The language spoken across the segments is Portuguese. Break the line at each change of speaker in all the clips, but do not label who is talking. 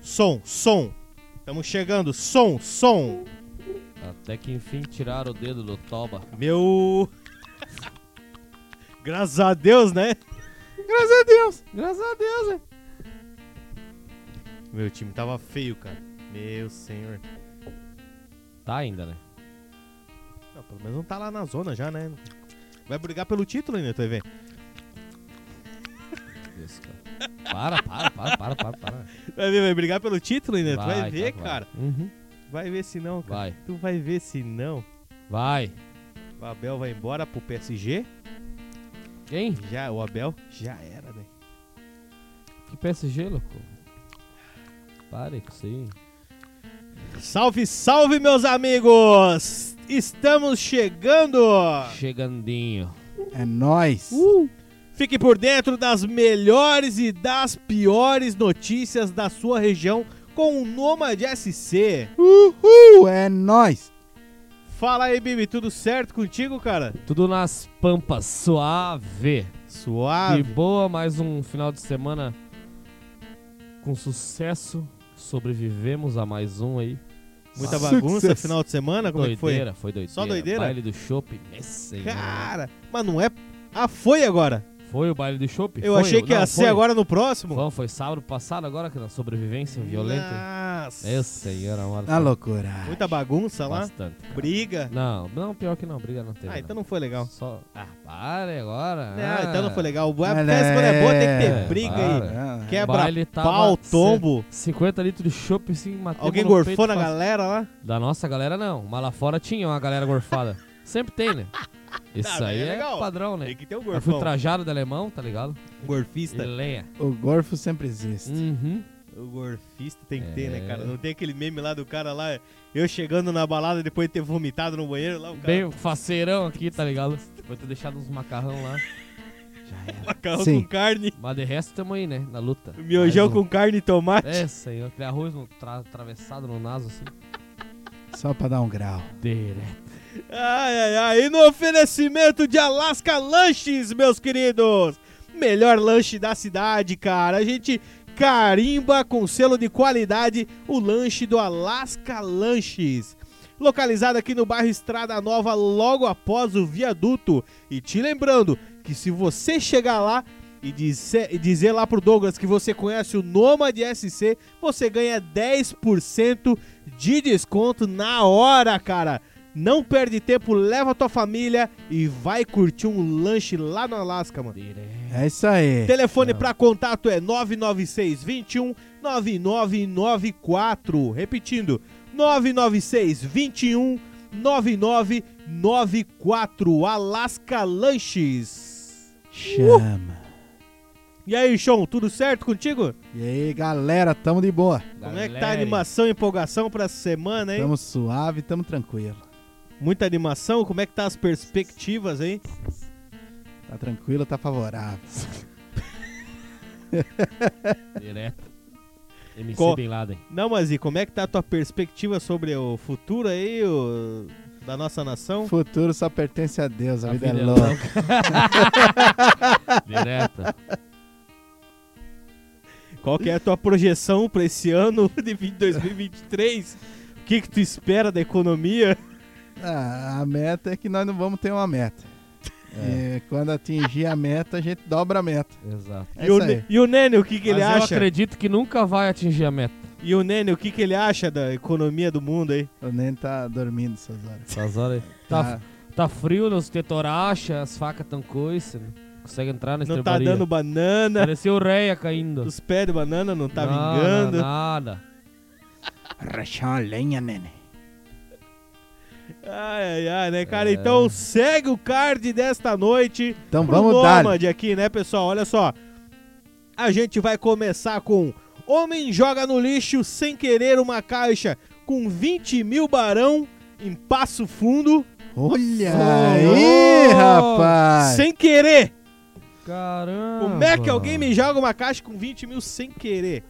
som, som. Estamos chegando, som, som.
Até que enfim tiraram o dedo do Toba.
Meu. Graças a Deus, né? Graças a Deus.
Graças a Deus, hein?
Meu time tava feio, cara. Meu senhor.
Tá ainda, né?
Não, pelo menos não tá lá na zona já, né? Vai brigar pelo título ainda, tu vai ver.
Deus, cara. Para, para, para, para, para, para.
Vai ver, vai brigar pelo título ainda, tu vai ver,
vai.
cara.
Uhum.
Vai ver se não, cara.
Vai,
Tu vai ver se não.
vai.
O Abel vai embora pro PSG.
Quem?
Já, o Abel já era, né?
Que PSG, louco? Pare com isso aí.
Salve, salve, meus amigos! Estamos chegando!
Chegandinho.
É nóis.
Fique por dentro das melhores e das piores notícias da sua região com o Nomad SC.
Uhul, é nóis.
Fala aí, Bibi, tudo certo contigo, cara?
Tudo nas pampas, suave. De
Suave.
boa, mais um final de semana com sucesso. Sobrevivemos a mais um aí.
Muita
Sucesso.
bagunça final de semana, como é que foi?
doideira, foi? doideira.
Só doideira?
Baile do Chopp, meu senhor.
Cara, mas não é. Ah, foi agora.
Foi o baile do Chopp?
Eu
Foi,
achei que
não,
ia ser
foi.
agora no próximo.
Foi, foi sábado passado agora, que na sobrevivência violenta.
Nossa.
Meu senhor, é amado.
A Tá loucura.
Muita bagunça lá.
Bastante. cara.
Briga.
Não, não, pior que não, briga não teve.
Ah, então não foi legal.
Só... Ah, pare agora.
Ah,
ah.
então não foi legal. A
Olha,
festa quando é boa tem que ter
é,
briga
para.
aí.
Ah, é.
Quebra
baile tá tava
pau, tombo.
50 litros de chopp assim, matando
Alguém
no
gorfou
peito,
na
faz-
galera lá?
Da nossa galera não, mas lá fora tinha uma galera gorfada. Sempre tem, né? Isso
Tá,
aí
é
é,
legal.
padrão, né?
Tem que ter um
Eu fui
gorfão. é
trajado de alemão, tá ligado?
O
E
Gorfista.
lenha.
O gorfo sempre existe.
Uhum.
O gorfista tem que
É.
ter, né, cara? Não tem aquele meme lá do cara lá, eu chegando na balada depois de ter vomitado no banheiro lá, o cara
Bem faceirão aqui, tá ligado? Vou ter deixado uns macarrão lá. Já era.
macarrão
Sim.
com carne,
Mas de resto tamo aí, né? Na luta.
miojão
Mais um-
com carne e tomate.
É, senhor. Aquele arroz no tra- atravessado no naso, assim.
Só pra dar um grau.
Direto.
Ai, ai, ai. E no oferecimento de Alaska Lanches, meus queridos. Melhor lanche da cidade, cara. A gente carimba com selo de qualidade o lanche do Alaska Lanches. Localizado aqui no bairro Estrada Nova, logo após o viaduto. E te lembrando que se você chegar lá e dizer, e dizer lá pro Douglas que você conhece o Nomad SC, você ganha 10% de desconto na hora, cara. Não perde tempo, leva tua família e vai curtir um lanche lá no Alasca, mano.
Direto.
É isso aí.
Telefone pra contato é 996 21 9994. Repetindo, 996 21 9994. Alasca Lanches.
Chama.
E aí, Sean, tudo certo contigo?
E aí, galera, tamo de boa.
Como é que tá a
Galera,
animação e empolgação pra essa semana, hein?
Tamo suave, tamo tranquilo.
Muita animação, como é que tá as perspectivas, hein?
Tá tranquilo, tá favorável.
Direto. MC
Co-
Bin Laden.
Não, mas e como é que tá a tua perspectiva sobre o futuro aí o- da nossa
O
nação?
futuro só pertence a Deus, a,
A
vida, é
filha
louca.
louca. Direto.
Qual que é a tua projeção pra esse ano de 20 2023? O que que tu espera da economia?
Ah, a meta é que nós não vamos ter uma meta. E quando atingir a meta, a gente dobra a meta.
Exato.
É
e, o,
isso aí.
Ne- e o Nene, o que que ele
Mas eu
acha?
acredito que nunca vai atingir a meta.
E o Nene, o que que ele acha da economia do mundo aí?
O Nen tá dormindo essas horas.
Essas horas aí. Tá,
Ah.
tá frio nos tetoraches, as facas tão coice. Não consegue entrar na
Não tá
estrebaria.
dando banana,
Pareceu o Reia caindo.
os pés de banana não tá
Não, não,
vingando.
nada.
Rachar a lenha, Nene.
Ai, ai, ai, né, cara? Então segue o card desta noite.
Então
pro
vamos dar.
Nômade aqui, né, pessoal? Olha só. A gente vai começar com Homem joga no lixo sem querer uma caixa com 20 mil barão em Passo Fundo
Olha
Ô,
aí,
louco!
rapaz!
sem querer.
Caramba.
Como é que alguém me joga uma caixa com 20 mil sem querer?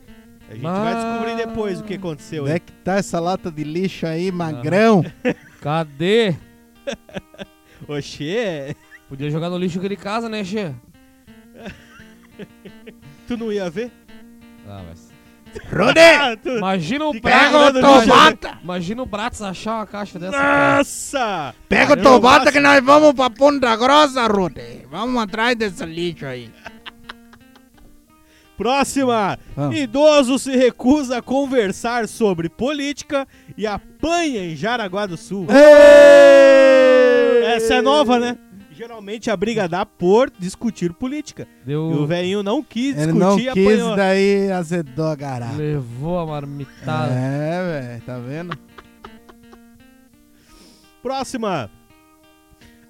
A gente vai
Mas-
descobrir depois o que aconteceu.
Onde
hein?
é que tá essa lata de lixo aí, magrão?
Ah.
Cadê?
Oxê,
Podia jogar no lixo aqui de casa, né, Xê?
tu não ia ver?
Ah, mas...
É.
Rodê!
Imagina o
Fica agarrando
Bratz.
no chão.
Imagina o Bratz achar uma caixa dessa. cara.
Nossa!
Pega
Eu
o tomate
faço-
que nós vamos pra Ponta Grossa, Rude. Vamos atrás desse lixo aí.
Próxima!
Vamos.
Idoso se recusa a conversar sobre política e apanha em Jaraguá do Sul. Essa é nova, né? Geralmente a briga dá por discutir política. E o
Deu.
velhinho não quis
Ele
discutir
não
e
quis,
apanhou.
daí azedou a garapa.
Levou a marmitada.
É, velho, tá vendo?
Próxima.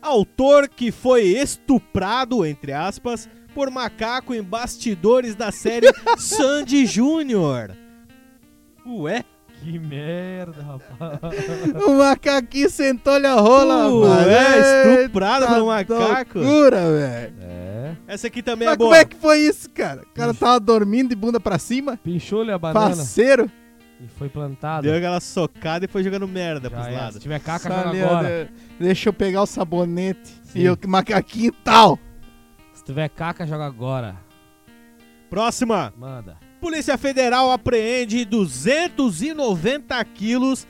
Autor que foi estuprado, entre aspas, por macaco em bastidores da série Sandy Júnior. Ué?
É.
Que merda, rapaz.
O macaquinho sentou-lhe a rola, rapaz.
Ué,
Eita
é,
tá
estuprado por um macaco.
Loucura, velho.
É.
Essa aqui também
Mas
é boa.
como é que foi isso, cara? O cara tava dormindo de bunda pra cima,
Pinchou-lhe a banana
parceiro.
e foi plantada.
Deu aquela socada e foi jogando merda
Já
pros
é. Se
lados.
tiver caca, joga
Só ali,
agora.
ó, Deixa eu pegar o sabonete
Sim.
e o macaquinho tal.
Se tiver caca, joga agora.
Próxima.
Manda.
Polícia Federal apreende 290 quilos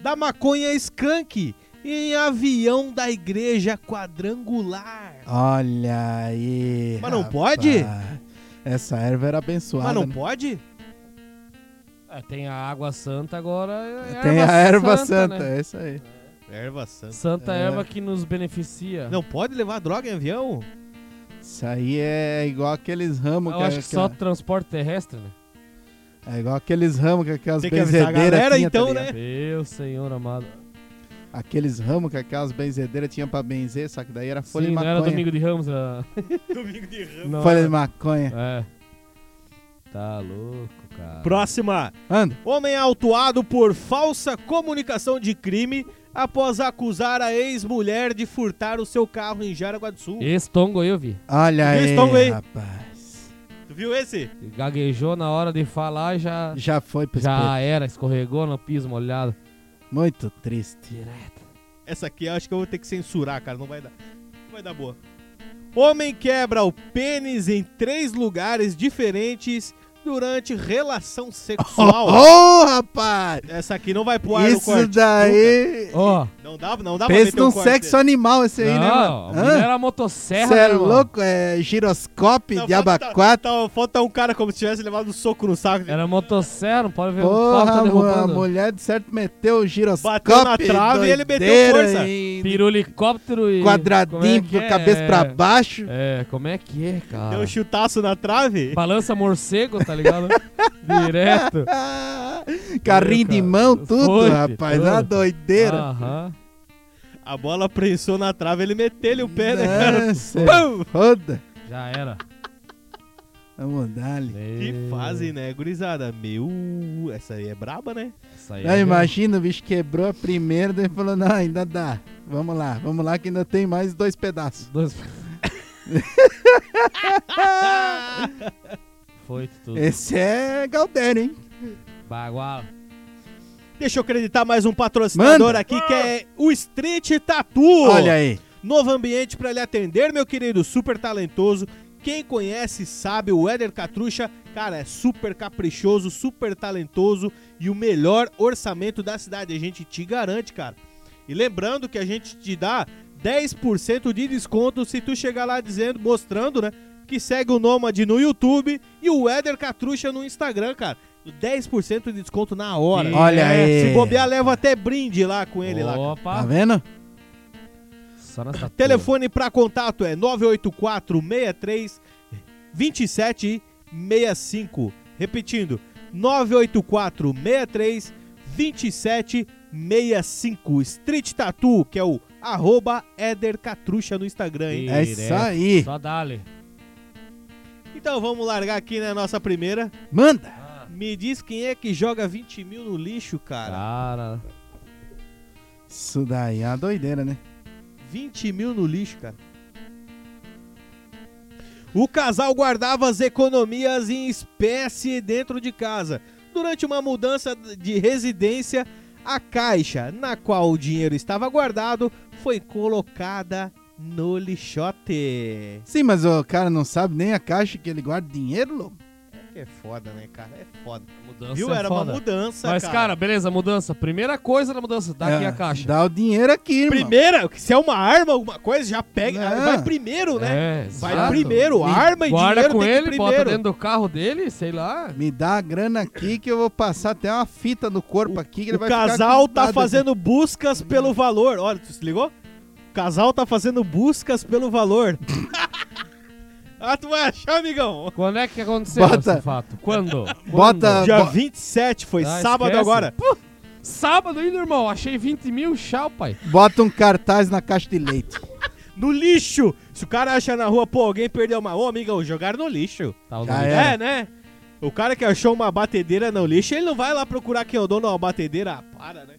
da maconha skunk em avião da igreja quadrangular.
Olha aí.
Mas não pode?
Essa erva era abençoada.
Mas não
né?
pode?
É, tem a água santa agora. é
Tem a erva santa,
né?
é isso aí.
Erva santa.
Santa
É.
erva que nos beneficia.
Não pode levar droga em avião?
Isso aí é igual aqueles ramos
Eu
que,
acho que só
aquela-
transporte terrestre, né?
É igual aqueles ramos que aquelas
Tem que avisar a
benzedeiras
galera,
tinha, tá
então,
ligado?
né?
Meu senhor amado.
Aqueles ramos que aquelas benzedeiras tinham pra benzer, só que daí era folha
Sim,
de
não
maconha.
era domingo de Ramos, era.
Domingo de ramo.
Não
Folha
era-
de maconha.
É. Tá louco, cara.
Próxima.
Anda.
Homem é autuado por falsa comunicação de crime após acusar a ex-mulher de furtar o seu carro em Jaraguá do Sul.
Estongo eu vi.
Olha
Eles
aí,
tão bem.
rapaz.
Tu viu esse?
Gaguejou na hora de falar e já.
Já foi pro
Já era, escorregou no piso molhado.
espeto. Muito triste.
Direto.
Essa aqui eu acho que eu vou ter que censurar, cara. Não vai dar. Não vai dar boa. Homem quebra o pênis em três lugares diferentes durante relação sexual.
Ô, rapaz!
Essa aqui não vai pro ar no
Isso
corte. nunca.
daí.
Ó,
Não dá, não dá pra
Pensa
meter um
num
corte
sexo animal esse aí, né,
não, a
mano?
mulher
Hã?
era motosserra.
Cê é
né, irmão?
louco? É giroscópio
Não,
de
falta-
aba 4?
Tá, falta um cara como se tivesse levado um soco no saco.
Era motosserra, não pode ver o pau tá
Porra, mu- a
derrubando.
mulher de certo meteu o giroscópio.
Bateu na trave e ele meteu
doideira
força.
e
Pirulicóptero e.
Quadradinho,
como é que é?
cabeça pra baixo.
É, como é que é, cara?
Deu um chutaço na trave.
Balança morcego, tá ligado? Direto.
Ah, Carrinho de
cara. Ah.
mão, tudo,
Foi,
rapaz. É
foi.
Uma doideira.
Aham.
A bola prensou na trave, ele meteu-lhe o pé,
É,
né, cara?
Nossa,
Pum!
Foda.
Já era.
Vamos dar-lhe.
Que fase, né, gurizada? Meu, essa aí é braba, né?
Isso aí
Não,
é-
imagina, o bicho quebrou a primeira, daí falou, não, ainda dá. Vamos lá, vamos lá que ainda tem mais dois pedaços.
Dois- Foi
Hum.
tudo.
Esse é Galdério, hein?
Bagual.
Deixa eu acreditar mais um patrocinador
Manda.
aqui, que é o Street Tattoo.
Olha aí. tá
Novo ambiente para lhe atender, meu querido, super talentoso. Quem conhece sabe, o Éder Catrucha, cara, é super caprichoso, super talentoso e o melhor orçamento da cidade. A gente te garante, cara. E lembrando que a gente te dá 10% de desconto se tu chegar lá dizendo, mostrando, né? Que segue o Nômade no YouTube e o Éder Catrucha no Instagram, cara. 10% de desconto na hora.
Ih,
Olha
É,
Se
aí.
bobear, leva até brinde lá com ele lá. cara.
Opa.
Tá vendo?
Só nessa
Telefone para contato é 984 63 27 65. Repetindo, 984 63 27 65. Street Tattoo, que é o arroba Eder Catrucha no Instagram, hein?
É isso aí.
Só dali.
Então vamos largar aqui na nossa primeira.
Manda.
Me diz quem é que joga 20 mil no lixo, cara.
Cara.
Isso daí é uma doideira, né?
20 mil no lixo, cara. O casal guardava as economias em espécie dentro de casa. Durante uma mudança de residência, a caixa na qual o dinheiro estava guardado foi colocada no lixote.
Sim, mas o cara não sabe nem a caixa que ele guarda dinheiro, louco.
É foda, né, cara? É foda.
Mudança
Viu?
é
Era
foda.
uma mudança,
Mas,
cara. Ah,
cara, beleza, mudança. Primeira coisa da mudança, dá aqui
É,
a caixa.
Dá o dinheiro aqui, irmão.
Primeira, se é uma arma, alguma coisa, já pega.
É.
Vai primeiro, né?
É,
Vai
exato.
primeiro,
E
arma e
Guarda
dinheiro
com
tem que ir
ele, bota
primeiro.
dentro do carro dele, sei lá.
Me dá a grana aqui que eu vou passar até uma fita no corpo aqui que ele
o
vai
casal
ficar
tá
grudado
fazendo buscas pelo valor. Olha, tu se ligou? O casal tá fazendo buscas pelo valor. ah, tu vai achar, amigão?
Quando é que aconteceu
Bota-
esse fato? Quando? Quando?
Bota-
Dia
bo-
27, foi
Ah,
sábado
esquece.
agora.
Puh, sábado ainda, irmão. Achei 20 mil, tchau, pai.
aqui. Bota um cartaz na caixa de leite.
No lixo! Se o cara acha na rua, pô, alguém perdeu uma. Ô, amigão, jogaram no lixo.
Tava no
Já
lixo.
era.
É, né? O cara que achou uma batedeira no lixo, ele não vai lá procurar quem é o dono da batedeira. Ah, para, né?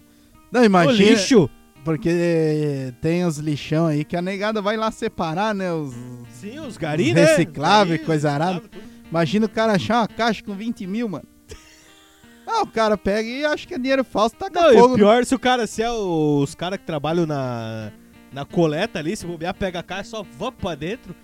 Não,
No
imagina.
lixo!
Porque eh, tem os lixão aí que a negada vai lá separar, né? Os...
Sim, os garis, né?
Reciclável,
Garis,
coisa arada.
reciclável, tudo.
Imagina o cara achar uma caixa com 20 mil, mano. Ah, o cara pega e acha que é dinheiro falso, taca
Não, e
fogo.
o pior, se o cara, se é os caras que trabalham na, na coleta ali, se bobear, pega a caixa, só vamos pra dentro.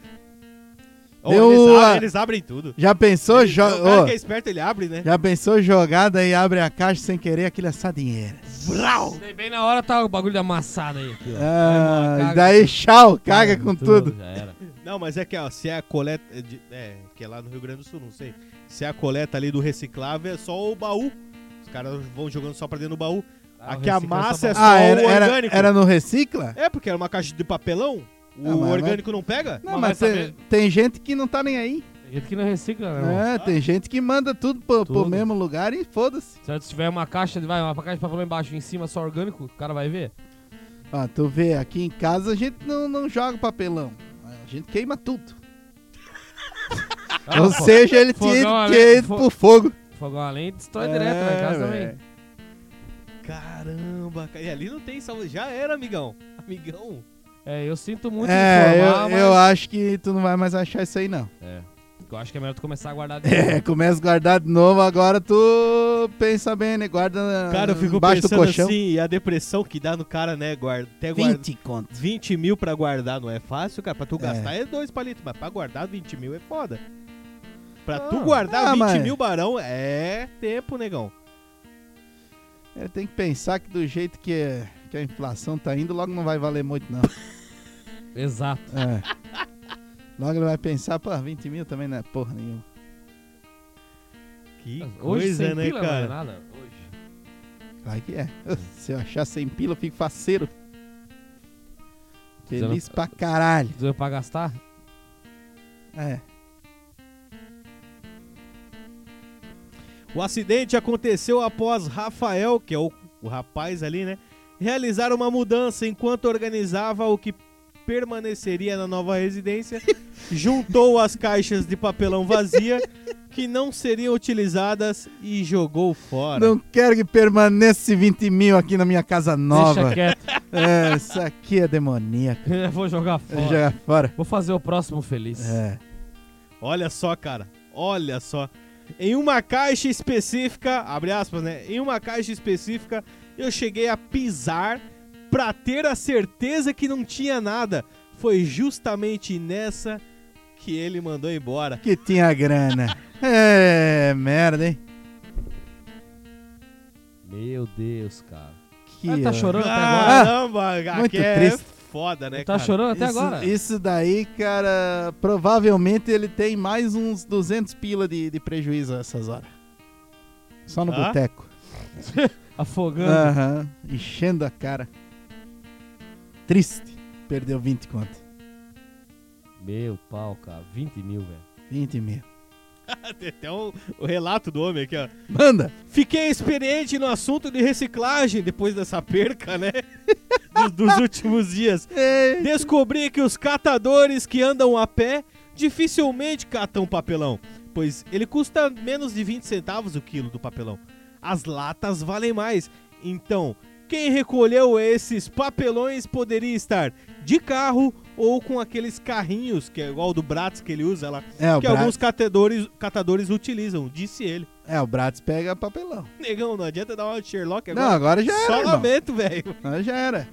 Ou
Deu
eles, a-
a-
eles abrem tudo.
ah, Já pensou?
Ele-
Jo...
o cara
ô,
que é esperto, ele abre, né?
Já pensou jogada e abre a caixa sem querer aquilo é só dinheiro.
Vrau!
Daí Bem na hora tá o bagulho amassado aí.
é
Aqui, ó.
Ah,
Caga
e daí, tchau, caga
com
com tudo.
Já era.
Não, mas é que ó, se é a coleta. de- é, que é lá no Rio Grande do Sul, não sei. Se é a coleta ali do reciclável, é só o baú. Os caras vão jogando só pra dentro do baú.
Ah, o
Aqui a
recicla
massa é
essa
só
Ah, era,
o
era-
orgânico.
era no Recicla?
É, porque era uma caixa de papelão. O
Ah, mas-
orgânico não pega?
Não,
Mas
mas,
vai
tem, tem gente que não tá nem aí.
Tem gente que não recicla, né? irmão?
É, tem gente que manda tudo pro, pro
Tudo.
mesmo lugar e foda-se.
Se antes tiver uma caixa, de- vai, uma caixa de papel lá embaixo, em cima só orgânico, o cara vai ver.
Ó, tu vê, aqui em casa a gente não, não joga papelão. A gente queima tudo.
Ah,
Ou
fo-
seja, ele
fogão
tinha
a
tinha
lenha,
ido
fo-
pro fogo.
Fogão a lenha destrói direto
É,
lá em casa também.
Caramba, cara. E ali não tem salvo. Já era, amigão. Amigão.
É, eu sinto muito
É,
informar,
eu,
mas...
eu acho que tu não vai mais achar isso aí, não.
É. Eu acho que é melhor tu começar a guardar.
É, começa a guardar de novo, agora tu pensa bem, né? Guarda
Cara, eu fico
embaixo do
pensando
colchão.
assim, e a depressão que dá no cara, né? Guarda, até guarda, 20.
20 conto.
mil pra guardar não é fácil, cara. Pra tu gastar é dois palitos, mas pra guardar 20 mil é foda. Pra tu
Ah.
guardar
Ah,
20
mas-
mil barão é tempo, negão.
É, tem que pensar que do jeito que, é- que a inflação tá indo, logo não vai valer muito, não.
Exato.
É. Logo ele vai pensar, pô, 20 mil também não é porra nenhuma.
Que
Hoje
coisa,
sem
né,
pila não é
cara?
nada. Hoje.
Claro que é. Se eu achar sem pila, eu fico faceiro.
Dizendo-
Feliz pra caralho.
Deu pra gastar?
É.
O acidente aconteceu após Rafael, que é o, o rapaz ali, né? Realizar uma mudança enquanto organizava o que permaneceria na nova residência, juntou as caixas de papelão vazia que não seriam utilizadas e jogou fora.
Não quero que permaneça esse 20 mil aqui na minha casa nova.
Deixa quieto.
É, isso aqui é demoníaco.
Eu vou jogar fora.
Deixa Jogar fora.
Vou fazer o próximo feliz.
É.
Olha só, cara. Olha só. Em uma caixa específica, abre aspas, né? Em uma caixa específica, eu cheguei a pisar pra ter a certeza que não tinha nada. Foi justamente nessa que ele mandou embora.
Que tinha grana. É, merda, hein?
Meu Deus, cara.
Que
Ah, tá
ó-
chorando até agora? Ah,
Caramba,
muito
aqui é
triste.
foda, né,
tá
cara?
chorando até
isso,
agora.
Isso daí, cara, provavelmente ele tem mais uns 200 pila de, de prejuízo essas horas. Só no
Tá.
Ah?
boteco.
Afogando.
Aham. Enchendo a cara. Triste. Perdeu 20 conto.
Meu pau, cara. 20 mil, velho.
20 mil.
Tem até o, o relato do homem aqui, ó.
Manda!
Fiquei experiente no assunto de reciclagem depois dessa perca, né? Dos- dos últimos dias.
Ei,
Descobri que os catadores que andam a pé dificilmente catam papelão, pois ele custa menos de 20 centavos o quilo do papelão. As latas valem mais. Então, quem recolheu esses papelões poderia estar de carro ou com aqueles carrinhos, que é igual o do Bratz que ele usa lá,
É, o
que
Bratz,
alguns catadores, catadores utilizam, disse ele.
é, o Bratz pega papelão.
Negão, não adianta dar uma de Sherlock
Não,
agora.
agora já era,
Só
irmão.
lamento, velho.
Agora já era.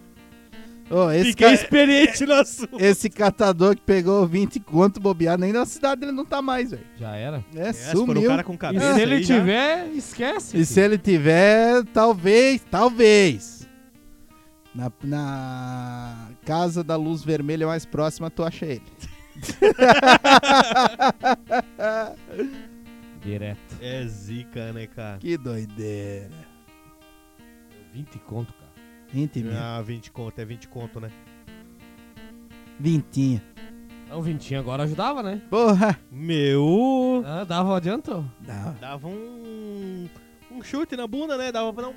Ô, esse, é-
Fiquei
ca-
experiente no assunto.
esse catador que pegou 20 conto bobear, nem na cidade ele não tá mais, velho.
Já era.
É,
se for
sumiu.
um cara com
E
cabeça.
se
aí
ele
já-
tiver, esquece.
E se ele tiver, talvez, talvez. Na, na casa da luz vermelha mais próxima, tu acha ele.
filho. Direto.
É zica, né, cara?
Que doideira.
20 conto, cara.
20 mil.
Ah, 20 conto, é 20 conto, né?
Vintinha.
Então, 20 agora ajudava, né?
Porra.
Meu.
Ah, dava, adiantou.
Não.
Dava um. Um chute na bunda, né? Dava pra um.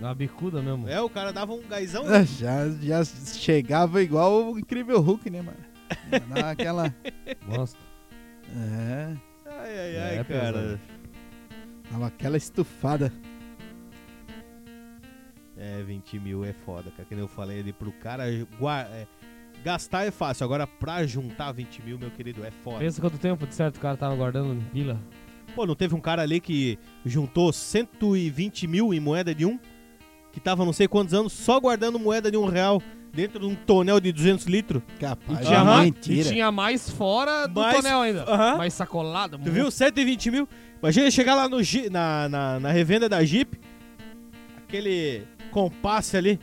Uma bicuda mesmo.
É, o cara dava um gaizão.
Ah, Já, já chegava igual o incrível Hulk, né, mano? Dá Aquela.
Monstro.
É.
Ai, ai, ai, cara.
É, pesado.
dava Aquela estufada.
É, 20 mil é foda, cara. Que nem eu falei ali pro cara. gua- é, gastar é fácil. Agora, pra juntar 20 mil, meu querido, é foda.
Pensa quanto tempo, de certo, o cara tava guardando em pila.
Pô, não teve um cara ali que juntou 120 mil em moeda de um? Que tava não sei quantos anos só guardando moeda de um real dentro de um tonel de 200 litros?
Capaz.
E tinha,
Aham.
uma
mais,
Ah, é mentira.
e tinha mais fora do
Mais-
tonel ainda.
Aham.
Mais sacolada.
Tu viu? 120 mil. Imagina chegar lá no, Jeep- na, na, na revenda da Jeep, aquele compasse ali.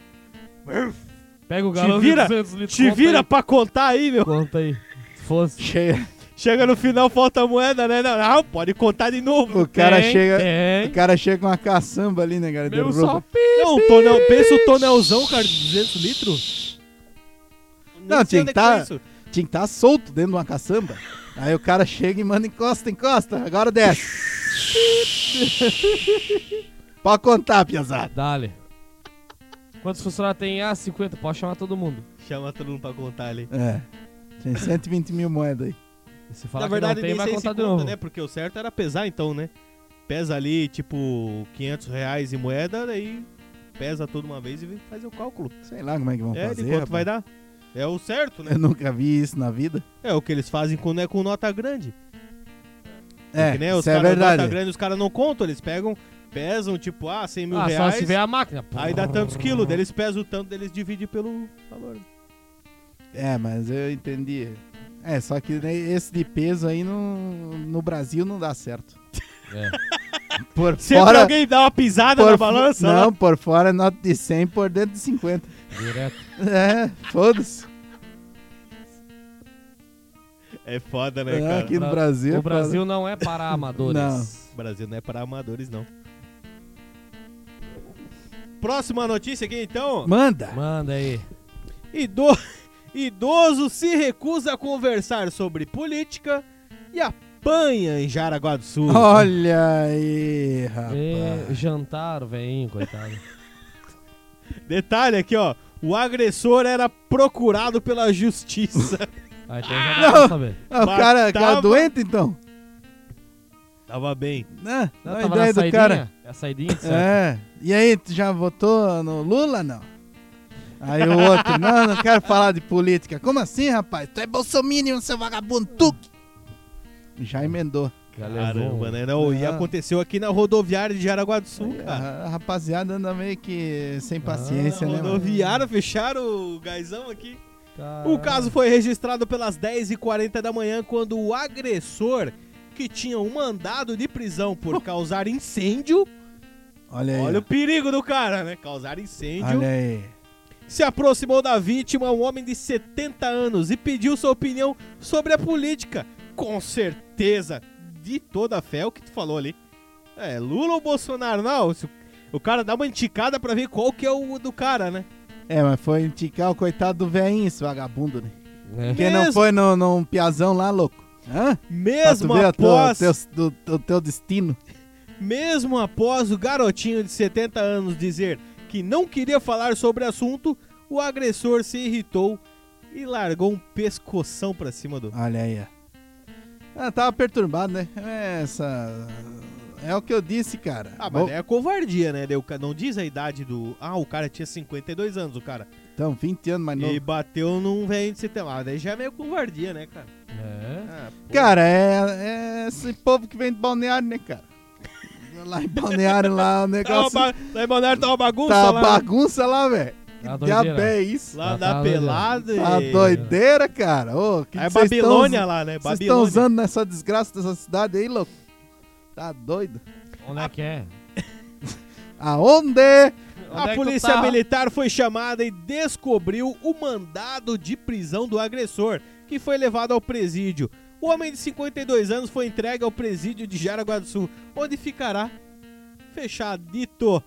Pega o galão de
vira,
200 litros.
Te
conta
vira
aí.
pra contar aí, meu.
Conta aí. Se fosse.
Chega-
Chega no final, falta moeda, né? Não, não, pode contar de novo.
O cara
Tem,
chega.
tem.
O cara chega com uma caçamba ali, né, cara?
Meu
Derruba.
só
Não, um tonel, pensa o tonelzão, cara, de 200 litros. Nem
Não,
sei
tinha
onde
que
é foi
tá-
isso.
Tinha que estar solto dentro de uma caçamba. Aí o cara chega e manda encosta, encosta. Agora desce. Pode contar, piazada.
Dale. Quantos funcionários tem? Ah, 50. Pode chamar todo mundo.
Chama todo mundo pra contar ali.
É. Tem 120 mil moedas aí.
Se falar
Na verdade,
que não tem,
nem
vai
sei
contar
se
de
conta,
novo.
né? Porque o certo era pesar, então, né? Pesa ali, tipo, 500 reais em moeda, daí pesa tudo uma vez e faz o cálculo.
Sei lá como é que vão
É, de
fazer.
quanto
rapaz.
vai dar. É o certo, né?
Eu nunca vi isso na vida.
É o que eles fazem quando é com nota grande.
É,
que, né, os
isso é
caras nota
verdade.
grande, os caras não contam, eles pegam, pesam, tipo, ah, 100 mil
Ah, só
reais,
se vê a máquina. Pô.
aí dá tantos quilos, daí eles pesam o tanto, daí eles dividem pelo valor.
É, mas eu entendi. É, só que né, esse de peso aí no, no Brasil não dá certo.
É.
Por
Sempre
fora...
alguém dá uma pisada
por
na
fu-
balança,
Não,
né?
por fora é nota de 100, por dentro de 50.
Direto.
É, foda-se.
É foda, né,
É,
cara?
aqui no
Bra-
Brasil. é
O Brasil não é para amadores.
O Brasil não é para amadores, não. Próxima notícia aqui, então.
foda. Manda!
Manda aí.
Ido- Idoso se recusa a conversar sobre política e apanha em Jaraguá do Sul.
Olha aí, rapaz.
É.
Vê, jantar, veinho, coitado.
Detalhe aqui, ó. O agressor era procurado pela justiça.
Aí tem que já dá pra saber.
Ah, o cara, o cara
Matava-
doente, então?
Tava bem.
Né?
Não,
Não, a
tava
ideia
na
do
saidinha.
cara.
É a saidinha, certo?
É. E aí, tu já votou no Lula, não? Aí o outro, não, não quero falar de política. Como assim, rapaz? Tu é bolsominion, seu vagabundo, tu! Já emendou.
Já levou.
Caramba,
um-
né? Não, E
Ah.
aconteceu aqui na rodoviária de Jaraguá do Sul, cara.
A rapaziada anda meio que sem
Ah,
paciência, né? mano?
Rodoviária, fecharam o gaizão aqui.
Caramba.
O caso foi registrado pelas 10h40 da manhã, quando o agressor, que tinha um mandado de prisão por causar incêndio,
Olha aí.
olha o perigo do cara, né? Causar incêndio,
Olha aí.
se aproximou da vítima, um homem de 70 anos, e pediu sua opinião sobre a política. Com certeza, de toda a fé, o que tu falou ali. É, Lula ou Bolsonaro? Não, se o- o cara dá uma enticada pra ver qual que é o do cara, né?
É, mas foi indicar o coitado do velhinho, esse vagabundo, né?
É.
Quem não
Mesmo.
foi no, num piazão lá, louco? Hã? Pra tu
Mesmo
ver a tua-
após...
teu- do- do teu destino.
Mesmo após o garotinho de 70 anos dizer que não queria falar sobre o assunto, o agressor se irritou e largou um pescoção pra cima do.
Olha aí, ó. Ah, tava perturbado, né? É, Essa. É o que eu disse, cara.
Ah,
Vou-
mas é covardia, né? Daí o ca- Não diz a idade do. Ah, o cara tinha 52 anos, o cara.
Então, 20 anos mais novo.
E bateu num velho de 70. Ah, daí já é meio covardia, né, cara?
É.
Ah, pô.
Cara, é, é esse povo que vem de balneário, né, cara? Lá em balneário,
Tá
lá o
uma
negócio.
ba... Lá em Balneário tá uma bagunça
Tá
lá.
bagunça lá, velho.
A doideira.
Diabéis.
Lá
Ah,
na
tá,
pelada.
A
e-
doideira, cara. Ô, que
É
que vocês tão
Babilônia lá, né?
Vocês estão
Babilônia.
usando nessa desgraça dessa cidade aí, louco? Tá doido?
Onde é que é?
Aonde?
Onde é
A
que tu
polícia
tá?
militar foi chamada e descobriu o mandado de prisão do agressor, que foi levado ao presídio. O homem de 52 anos foi entregue ao presídio de Jaraguá do Sul, onde ficará fechadito.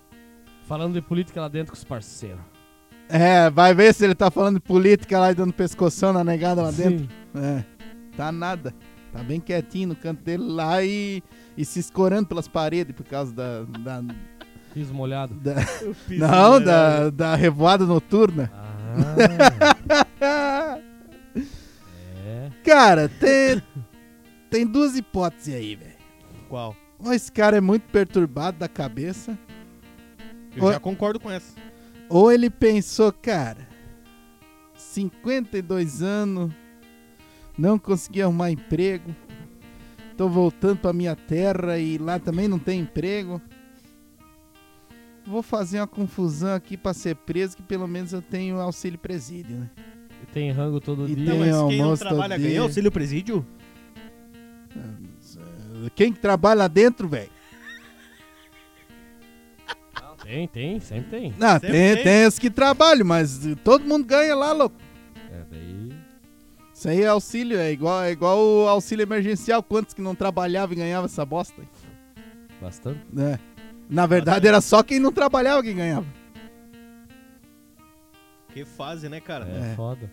Falando de política lá dentro com os parceiros.
É, vai ver se ele tá falando de política lá e dando pescoção na negada lá dentro.
Sim.
É, tá nada. Tá bem quietinho no canto dele lá e, e se escorando pelas paredes por causa da. da-
Fiz molhado.
da-
Eu fiz
não,
isso, né?
da, da revoada noturna.
Ah, é.
Cara, tem, tem duas hipóteses aí, velho.
Qual?
Ou esse cara é muito perturbado da cabeça,
Eu
Oi.
já concordo com essa. Tá,
ou ele pensou, cara, 52 anos, não consegui arrumar emprego, tô voltando pra minha terra e lá também não tem emprego. Vou fazer uma confusão aqui pra ser preso, que pelo menos eu tenho auxílio presídio, né?
E tem rango todo
E
dia.
Não,
tem-
mas quem não
almoço
trabalha
todo dia.
ganha auxílio presídio?
Quem que trabalha lá dentro, velho?
Não, tem, tem, sempre tem.
Não,
Sempre
tem,
tem.
tem os que trabalham, mas todo mundo ganha lá, louco.
É, daí.
Isso aí é auxílio, é igual, é igual o auxílio emergencial. Quantos que não trabalhavam e ganhavam essa bosta? aí?
Bastante.
É. Na verdade, era só quem não trabalhava que ganhava.
Que fase, né, cara?
É,
É.
foda.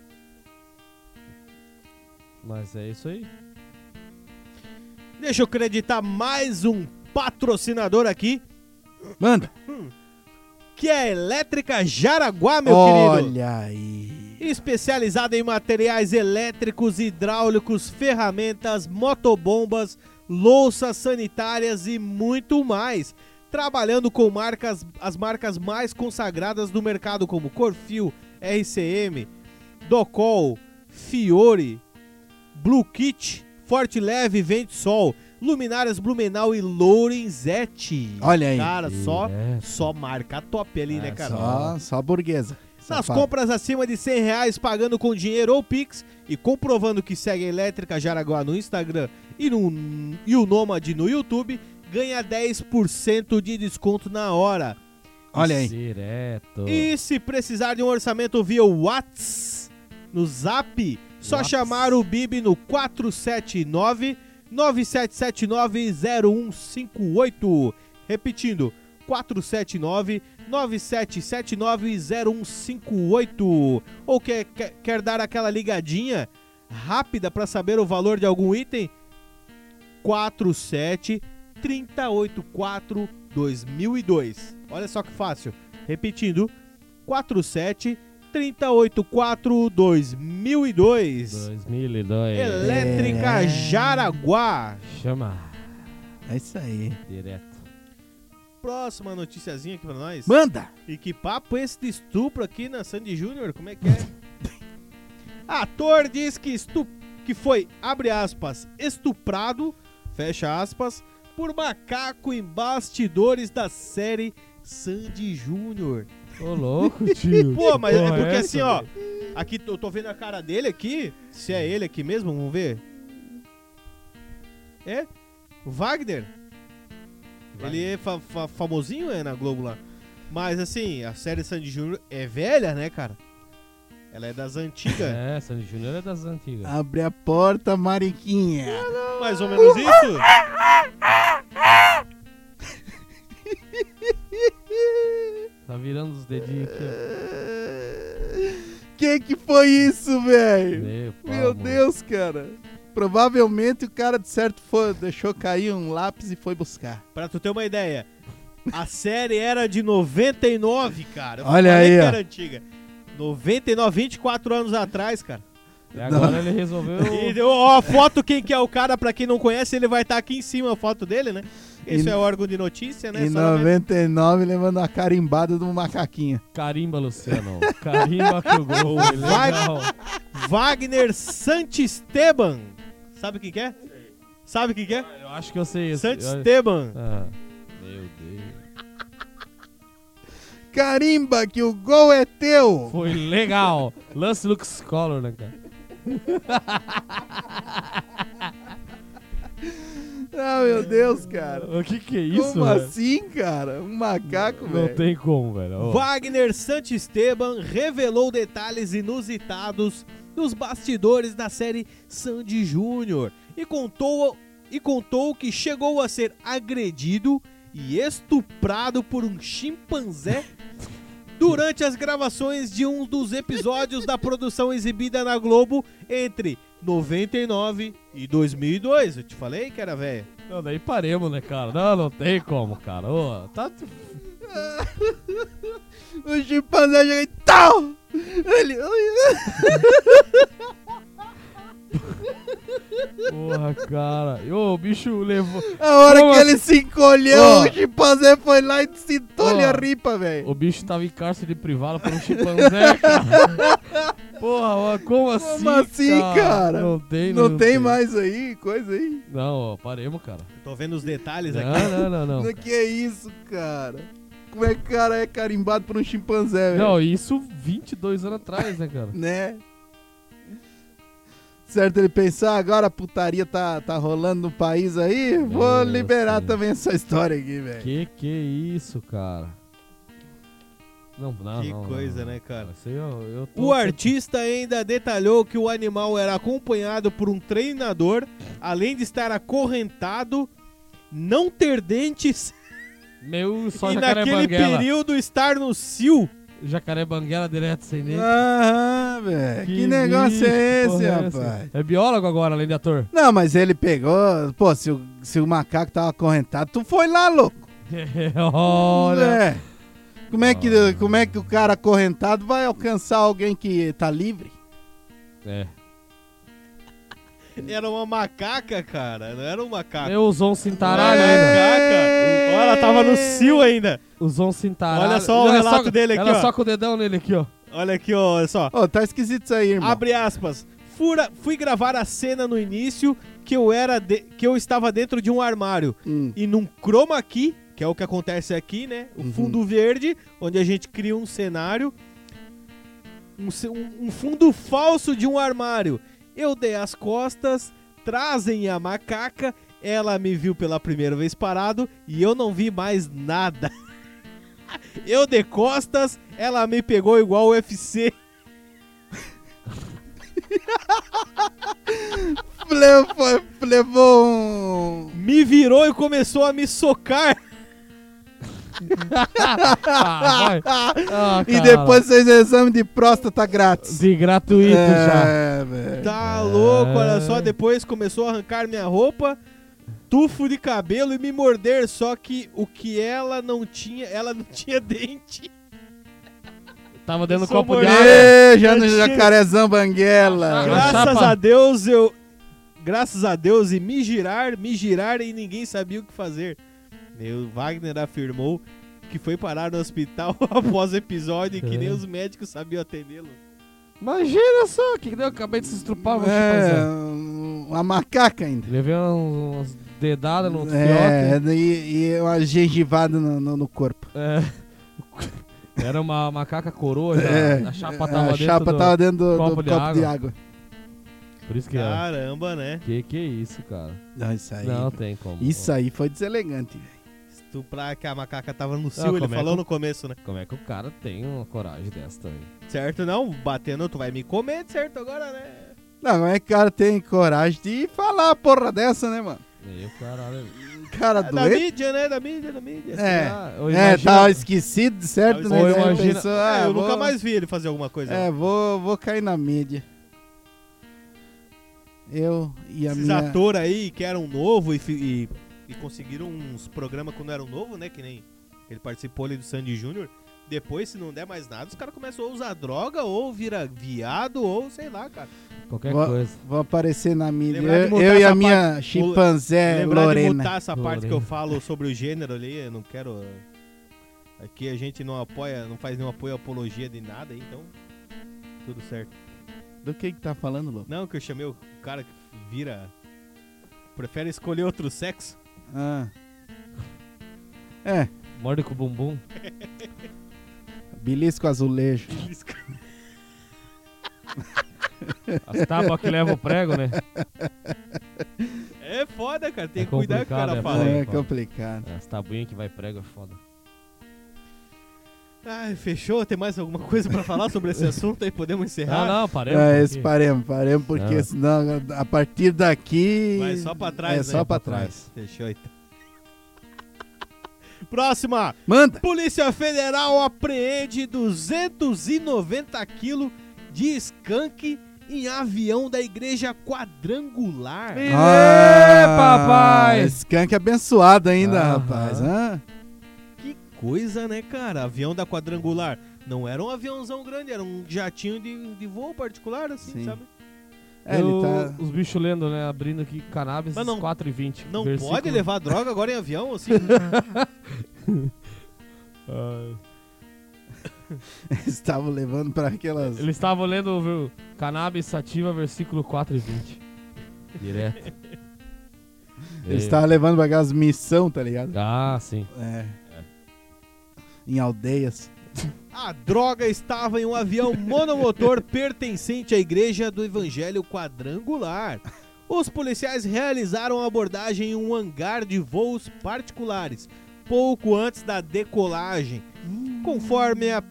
Mas é isso aí.
Deixa eu acreditar mais um patrocinador aqui,
Manda.
que é a Elétrica Jaraguá, meu querido.
Olha aí.
especializada em materiais elétricos, hidráulicos, ferramentas, motobombas, louças sanitárias e muito mais. Trabalhando com marcas, as marcas mais consagradas do mercado, como Corfil, RCM, Docol, Fiore, Blue Kit, Forte Leve, Vente Sol, Luminárias Blumenau e Lorenzetti.
Olha aí.
Cara, só,
É.
só marca top ali, né,
É,
cara?
Só, só burguesa.
Nas
Safado.
compras acima de 100 reais, pagando com dinheiro ou Pix e comprovando que segue a Elétrica Jaraguá no Instagram e, no, e o Nômade no YouTube, ganha 10% de desconto na hora.
Olha aí.
Direto.
E se precisar de um orçamento via Whats no Zap, só
Whats.
chamar o Bibi no 479 97790158. Repetindo, 479 97790158. Ou quer, quer, quer dar aquela ligadinha rápida para saber o valor de algum item? 47 384 2002. Olha só que fácil. Repetindo, 47 384 2002.
2002.
Elétrica
É.
Jaraguá.
Chama.
É isso aí.
Direto.
Próxima noticiazinha aqui pra nós.
Manda.
E que papo esse de estupro aqui na Sandy Júnior? Como é que é? Ator diz que, estu que foi, abre aspas, estuprado, fecha aspas, por macaco em bastidores da série Sandy Júnior.
Ô, louco, tio.
Pô, mas é
Porra,
porque
essa,
assim, ó.
velho?
Aqui eu tô vendo a cara dele aqui. Se é ele aqui mesmo, vamos ver. É? O Wagner? Ele é fa- fa- famosinho é, na Globo lá. Mas assim, a série Sandy Júnior é velha, né, cara? Ela é das antigas.
É, Sandy Júnior é das antigas.
Abre a porta, Mariquinha.
Mais ou menos isso?
Tá virando os dedinhos aqui, ó.
Que que foi isso, velho?
Meu, pau,
Meu
mano.
Deus, cara. Provavelmente o cara de certo foi, deixou cair um lápis e foi buscar.
Pra tu ter uma ideia. A série era de 99, cara. Eu
Olha
falei
aí,
que
ó.
era antiga. 99, 24 anos atrás, cara.
E agora ele resolveu.
E ó, a foto, quem que é o cara, pra quem não conhece, ele vai estar aqui em cima, a foto dele, né? Isso
E-
é órgão de notícia, né?
em
Só na minha-
99, levando a carimbada de um macaquinho.
Carimba, Luciano. Carimba que o gol. é Legal.
Wagner Santisteban. Sabe o que que é? Sabe o que que é?
Eu acho que ah, eu sei isso.
Santisteban.
Ah, meu Deus.
Carimba, que o gol é teu!
Foi legal. Lance Lux Collor, né, cara?
Ah, meu Deus, cara.
O que que é isso,
Como
velho?
assim, cara? Um macaco,
Não
velho.
tem como, velho. Ó,
Wagner Santisteban revelou detalhes inusitados dos bastidores da série Sandy Júnior e contou, e contou que chegou a ser agredido e estuprado por um chimpanzé durante as gravações de um dos episódios da produção exibida na Globo entre 99 e 2002. Eu te falei que era velho.
Não, daí paremos, né, cara? Não, não tem como, cara. Ô, tá...
O chimpanzé chega e tal! Ele.
Porra, cara. E, Ô, o bicho levou...
A hora
Como
que
assim?
ele se encolheu,
Ó.
o chimpanzé foi lá e citou-lhe
Ó.
a ripa, velho.
O bicho tava em cárcere privado por um chimpanzé, cara. Porra, ó, como assim,
assim, cara?
Não tem,
Não tem mais aí, coisa aí.
Não, ó, paremos, cara.
Eu tô vendo os detalhes aqui.
Não, não, não, não.
Não, que é isso, cara? Como é que o cara é carimbado por um
é
chimpanzé, velho?
Não, isso 22 anos atrás, né, cara?
Né? Certo ele pensar, agora a putaria tá, tá rolando no país aí, vou
Nossa.
liberar também essa história aqui, velho.
Que que é isso, cara? Não, não,
Que
não, não,
coisa,
não,
né, cara?
Isso aí, ó, eu tô-
O artista ainda detalhou que o animal era acompanhado por um treinador, além de estar acorrentado, não ter dentes
Meu, só
e
jacaré
naquele
banguela.
período estar no cio.
Jacaré banguela direto, sem nem.
Aham, velho. Que, negócio
bicho,
é
que porra
esse,
é
rapaz?
essa? É biólogo agora, além de ator.
Não, mas ele pegou. Pô, se o, se o macaco tava acorrentado, tu foi lá, louco.
É Olha.
É. Como é, que, como é que o cara acorrentado vai alcançar alguém que tá livre?
É.
Era uma macaca, cara. Não era um macaco.
Eu usou um cintaralho
É.
ainda.
Macaca. Olha, ela tava no cio ainda.
Usou um cintaralho.
Olha só o
Ela
relato dele aqui,
Ela
ó.
só com o dedão nele aqui, ó.
Olha aqui, ó, olha só.
Ô, tá esquisito isso aí, irmão.
Abre aspas. Fura- fui gravar a cena no início que eu era de- que eu estava dentro de um armário.
Hum.
e num chroma key, que é o que acontece aqui, né? O fundo verde, onde a gente cria um cenário, um, ce- um- um fundo falso de um armário. Eu dei as costas, trazem a macaca, ela me viu pela primeira vez parado e eu não vi mais nada. Eu de costas, ela me pegou igual o UFC.
Levou, levou um.
Me virou e começou a me socar.
Ah, vai. Ah,
E
cara.
depois fez exame de próstata grátis.
De gratuito já.
é, velho.
Tá louco, olha só. Depois começou a arrancar minha roupa, tufo de cabelo e me morder. Só que o que ela não tinha, ela não tinha dente.
Tava dentro do
Sou
copo de
moreno.
água.
Ê, já no
Antes-
jacarezão banguela.
Ah,
Graças
chapa.
a Deus eu. Graças a Deus e me girar, me girar e ninguém sabia o que fazer. Meu Wagner afirmou que foi parar no hospital após o episódio e que
É.
nem os médicos sabiam atendê-lo.
Imagina só, que que deu? Eu acabei de se estrupar no
É,
chimpanzé.
um- uma macaca ainda.
Levei uns- umas dedadas no
É,
fiote.
e, e uma gengivada no, no- no corpo.
É. Era uma macaca coroa já.
É,
Ah, a chapa tava
a
dentro
chapa
do-
tava dentro do, do
copo
copo,
de
de,
água.
água.
Por isso que era.
Caramba, né?
Que que é isso, cara?
Não, isso aí.
Não tem como.
isso aí foi deselegante, velho.
Estuprar que a macaca tava no
Ah,
cio, ele
como é
falou
que-
no começo, né?
Como é que o cara tem uma coragem dessa também?
Certo não? Batendo, tu vai me comer, certo agora, né?
Não, como é que o cara tem coragem de falar a porra dessa, né, mano?
Meu caralho.
Cara
É Da
Tá doente.
mídia, né? Da mídia, da mídia.
É.
Ah, eu
É,
imagino-
tava esquecido, de certo?
Tava
né?
esquecido. Ou
Daí
imagina- É,
pensou,
Ah,
ah,
eu
vou-
nunca mais vi ele fazer alguma coisa.
É, vou, vou cair na mídia. Eu e a
Esses
minha...
atores aí que eram novo e, fi- e, e conseguiram uns programas quando eram novo, né? Que nem ele participou ali do Sandy Júnior. Depois, se não der mais nada, os caras começam a usar droga ou vira viado ou sei lá, cara.
Qualquer
Vou-
coisa.
Vou aparecer na mídia.
Lembrar de
Eu,
mutar
eu e
essa
a minha chimpanzé
Lembrar de
É, Lorena.
mutar essa parte que eu
Lorena.
falo sobre o gênero ali, eu não quero. eh, Aqui a gente não apoia, não faz nenhum apoio à apologia de nada, então. Tudo certo.
Do que que tá falando, Lobo?
Não, que eu chamei o cara que vira. Prefere escolher outro sexo?
Ah. É,
Morde com o bumbum.
Belisco azulejo.
As tábuas que levam o prego, né?
É foda, cara. Tem
É
que cuidar com o que o cara
complicado, é
fala.
foda.
é complicado.
As tabuinhas que vai prego é foda.
Ai, fechou? Tem mais alguma coisa pra falar sobre esse assunto aí? Podemos
Não,
encerrar?
não, parei.
É, esse paremos, paremos, porque
Não.
senão a partir daqui.
Ah. Vai só pra trás,
É
né?
só pra trás.
Fechou então. Próxima.
Manda!
Polícia Federal apreende 290 quilos de skunk em avião da igreja quadrangular.
Ih. Ê, papai!
Ah, Skunk abençoado ainda,
Aham.
rapaz. hã?
Que coisa, né, cara? Avião da quadrangular. Não era um aviãozão grande, era um jatinho de, de voo particular, assim,
Sim.
sabe?
É, ele tá.
Os bichos lendo, né? Abrindo aqui cannabis
Mas não-
4 e 20.
Não pode levar droga agora em avião, assim?
Ah,
Estavam levando pra aquelas.
Eles estavam lendo, viu? Cannabis sativa, versículo 4 e 20. Direto.
Eles tá
Ei.
estavam levando pra aquelas missão, tá ligado?
Ah, sim.
É. Em aldeias.
A droga estava em um avião monomotor pertencente à igreja do Evangelho Quadrangular. Os policiais realizaram a abordagem em um hangar de voos particulares, pouco antes da decolagem. Conforme a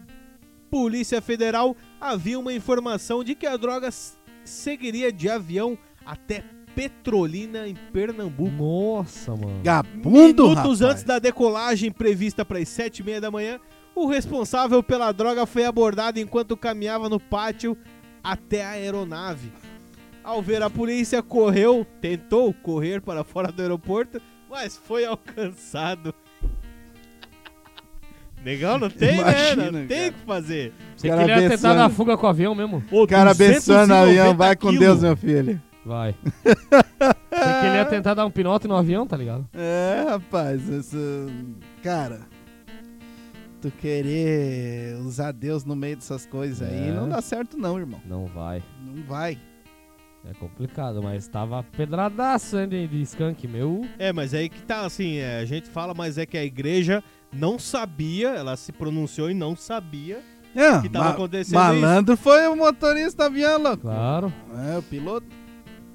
Polícia Federal, havia uma informação de que a droga s- seguiria de avião até Petrolina, em Pernambuco.
Nossa, mano.
Gabundo,
Hum. Minutos
rapaz.
antes da decolagem prevista para as sete e meia da manhã, o responsável pela droga foi abordado enquanto caminhava no pátio até a aeronave. Ao ver a polícia, correu, tentou correr para fora do aeroporto, mas foi alcançado. Legal, não tem, né?
Imagina,
Não tem
cara.
o que fazer.
Você
cara
queria tentar
abençoando.
dar fuga com o avião mesmo?
O
Cara abençoando o avião, vai com Deus, meu filho.
Vai. Você queria tentar dar um pinote no avião, tá ligado?
É, rapaz, essa... cara. Tu querer usar Deus no meio dessas coisas aí
É.
não dá certo, não, irmão.
Não vai.
Não vai.
É complicado, mas tava pedradaço hein, de, de skunk, meu.
É, mas aí que tá assim, é, a gente fala, mas é que a igreja não sabia, ela se pronunciou e não sabia
Não,
que tava acontecendo
É, malandro foi o motorista do avião, louco.
Claro.
É, o piloto.